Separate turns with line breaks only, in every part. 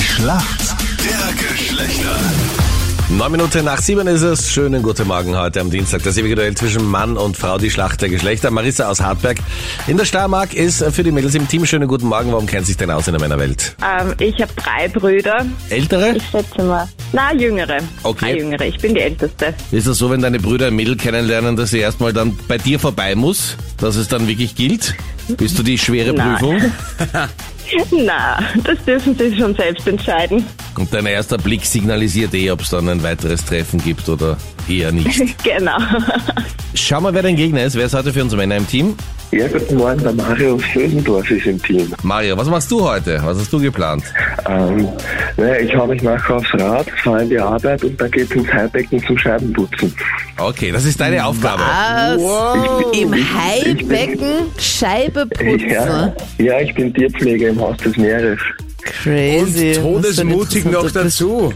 Schlacht der Geschlechter.
Neun Minuten nach sieben ist es. Schönen guten Morgen heute am Dienstag. Das ewige Duell zwischen Mann und Frau, die Schlacht der Geschlechter. Marissa aus Hartberg in der Steiermark ist für die Mädels im Team. Schönen guten Morgen. Warum kennt sich denn aus in der Männerwelt?
Ähm, ich habe drei Brüder.
Ältere?
Ich schätze mal. Na, jüngere.
Okay.
Drei jüngere. Ich bin die Älteste.
Ist das so, wenn deine Brüder ein Mädel kennenlernen, dass sie erstmal dann bei dir vorbei muss, dass es dann wirklich gilt? Bist du die schwere
Nein.
Prüfung?
Na, das dürfen Sie schon selbst entscheiden.
Und dein erster Blick signalisiert eh, ob es dann ein weiteres Treffen gibt oder eher nicht.
genau.
Schau mal, wer dein Gegner ist. Wer ist heute für uns Männer im Team?
Ja, guten Morgen, der Mario aus Sösendorf ist im Team.
Mario, was machst du heute? Was hast du geplant?
Ähm, naja, ich hau mich nachher aufs Rad, fahre in die Arbeit und dann geht's ins Heimbecken zum Scheibenputzen.
Okay, das ist deine Aufgabe.
Was? Oh, Im Heilbecken Scheibe
Ich,
putzen.
ja, ja, ich bin Tierpfleger im Haus des Meeres.
Crazy.
Und todesmutig noch dazu.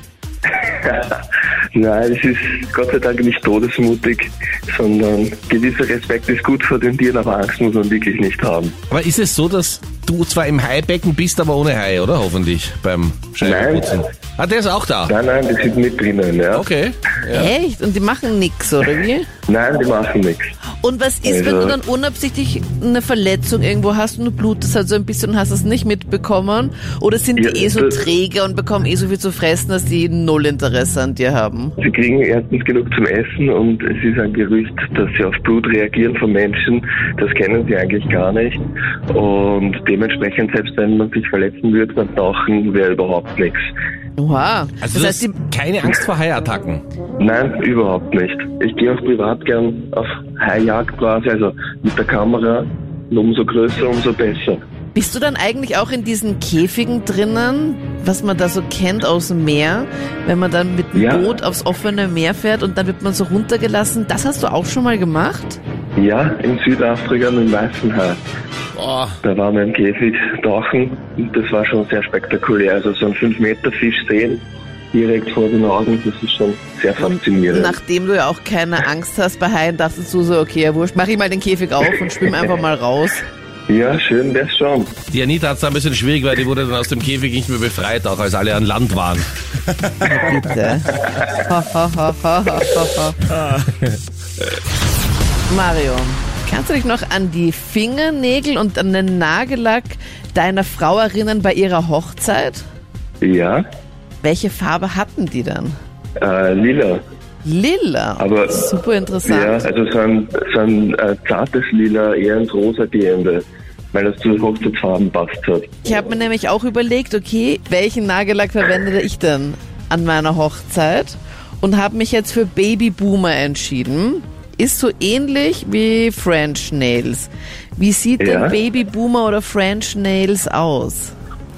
Nein, es ist Gott sei Dank nicht todesmutig, sondern gewisser Respekt ist gut vor den Tieren, aber Angst muss man wirklich nicht haben.
Aber ist es so, dass du zwar im Haibecken bist, aber ohne Hai, oder? Hoffentlich beim Scheibenputzen.
Nein.
Ah, der ist auch da.
Nein, nein, die sind mit drinnen, ja.
Okay. Ja.
Echt? Und die machen nix, oder wie?
Nein, die machen nichts.
Und was ist, wenn
Also-
du dann unabsichtlich eine Verletzung irgendwo hast und du blutest halt so ein bisschen und hast es nicht mitbekommen? Oder sind die
Ja,
eh so
das-
träge und bekommen eh so viel zu fressen, dass die null Interesse an dir haben?
Sie kriegen erstens genug zum Essen und es ist ein Gerücht, dass sie auf Blut reagieren von Menschen. Das kennen sie eigentlich gar nicht. Und dementsprechend, selbst wenn man sich verletzen würde beim Tauchen, wäre überhaupt nichts.
Oha.
Also
das
du
heißt, die,
hast keine Angst vor Haiattacken.
Nein, überhaupt nicht. Ich gehe auch privat gern auf Haijagd quasi, also mit der Kamera. Und umso größer, umso besser.
bist du dann eigentlich auch in diesen Käfigen drinnen, was man da so kennt aus dem Meer, wenn man dann mit dem
Ja.
Boot aufs offene Meer fährt und dann wird man so runtergelassen? Das hast du auch schon mal gemacht?
Ja, in Südafrika mit dem weißen Haar.
Oh,
Da waren wir im Käfig tauchen und das war schon sehr spektakulär. Also so ein 5-Meter-Fisch sehen, direkt vor den Augen, das ist schon sehr faszinierend.
Nachdem du ja auch keine Angst hast bei Haien, dachtest du so, okay, ja wurscht, mach ich mal den Käfig auf und schwimm einfach mal raus.
Ja, schön wär's schon.
die Anita hat's da ein bisschen schwierig, weil die wurde dann aus dem Käfig nicht mehr befreit, auch als alle an Land waren.
Bitte. Ha, ha, ha, ha, ha, ha, ha. Mario, kannst du dich noch an die Fingernägel und an den Nagellack deiner Frau erinnern bei ihrer Hochzeit?
Ja,
Welche Farbe hatten die dann?
äh, lila.
Lila.
Aber-
Super
Ja,
interessant.
also so ein, so ein äh, zartes Lila, eher ins rosa gehende, weil das zu den Hochzeitsfarben passt hat.
Ich habe mir nämlich auch überlegt, okay, welchen Nagellack verwendete ich denn an meiner Hochzeit und habe mich jetzt für Baby Boomer entschieden. Ist so ähnlich wie French Nails. Wie sieht
Ja.
denn Baby Boomer oder French Nails aus?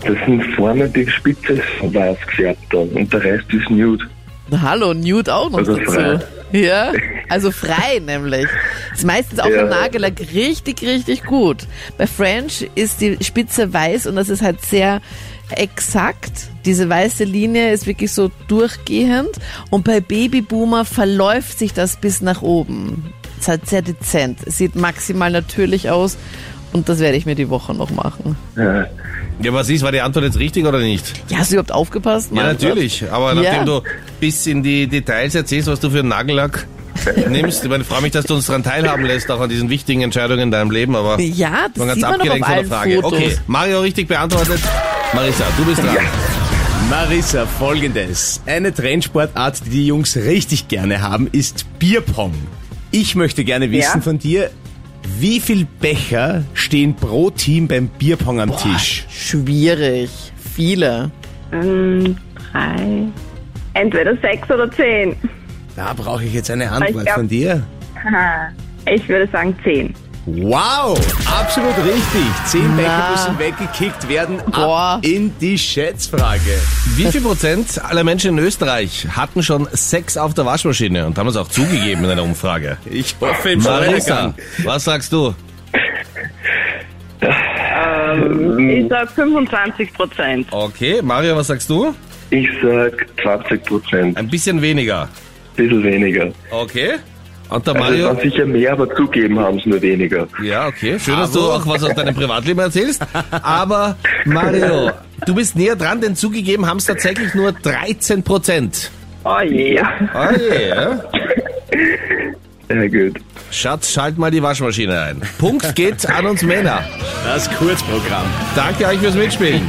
Das sind vorne die Spitze ist weiß gefärbt dann und der Rest ist nude.
Na, Hallo, Nude auch noch
Also
dazu.
frei.
Ja, also frei nämlich. Ist meistens auch
Ja.
im Nagellack richtig, richtig gut. Bei French ist die Spitze weiß und das ist halt sehr exakt. Diese weiße Linie ist wirklich so durchgehend und bei Babyboomer verläuft sich das bis nach oben. Ist halt sehr dezent. Sieht maximal natürlich aus und das werde ich mir die Woche noch machen.
Ja,
Ja, was ist, war die Antwort jetzt richtig oder nicht?
Ja, hast du überhaupt aufgepasst?
Ja,
Martha?
natürlich. Aber nachdem
Ja.
du bis in die Details erzählst, was du für einen Nagellack nimmst, ich meine, ich freue mich, dass du uns daran teilhaben lässt, auch an diesen wichtigen Entscheidungen in deinem Leben, aber
Ja,
ich war
das
ganz
sieht man doch
abgelenkt
auf
von der
allen
Frage.
Fotos.
Okay, Mario richtig beantwortet. Marissa, du bist dran.
Marissa, folgendes. Eine Trendsportart, die die Jungs richtig gerne haben, ist Bierpong. Ich möchte gerne wissen
Ja.
von dir, wie viel Becher stehen pro Team beim Bierpong am Tisch?
Schwierig. Viele.
Ähm, drei. Entweder sechs oder zehn.
Da brauche ich jetzt eine Antwort
glaub-
von dir.
Haha. Ich würde sagen zehn.
Wow, absolut richtig. Zehn Becher müssen weggekickt werden. Ab
Boah.
in die Schätzfrage.
Wie viel Prozent aller Menschen in Österreich hatten schon Sex auf der Waschmaschine und haben es auch zugegeben in einer Umfrage?
Ich hoffe im
Marissa, was sagst du?
Ich sag 25 Prozent.
Okay, Mario, was sagst du?
ich sag 20 Prozent,
Ein bisschen weniger.
bisschen weniger.
Okay. Und der
Also es
Mario?
waren sicher mehr, aber zugeben haben es nur weniger.
Ja, okay. Schön, dass du auch was aus deinem Privatleben erzählst. Aber Mario, du bist näher dran, denn zugegeben haben es tatsächlich nur 13 Prozent.
Oh
Ah,
je.
Oh yeah.
Ja gut.
Schatz, schalt mal die Waschmaschine ein. Punkt geht an uns Männer.
Das Kurzprogramm.
Danke euch fürs Mitspielen.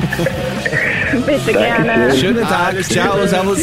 Bitte gerne.
Schönen Tag. Ciao, servus.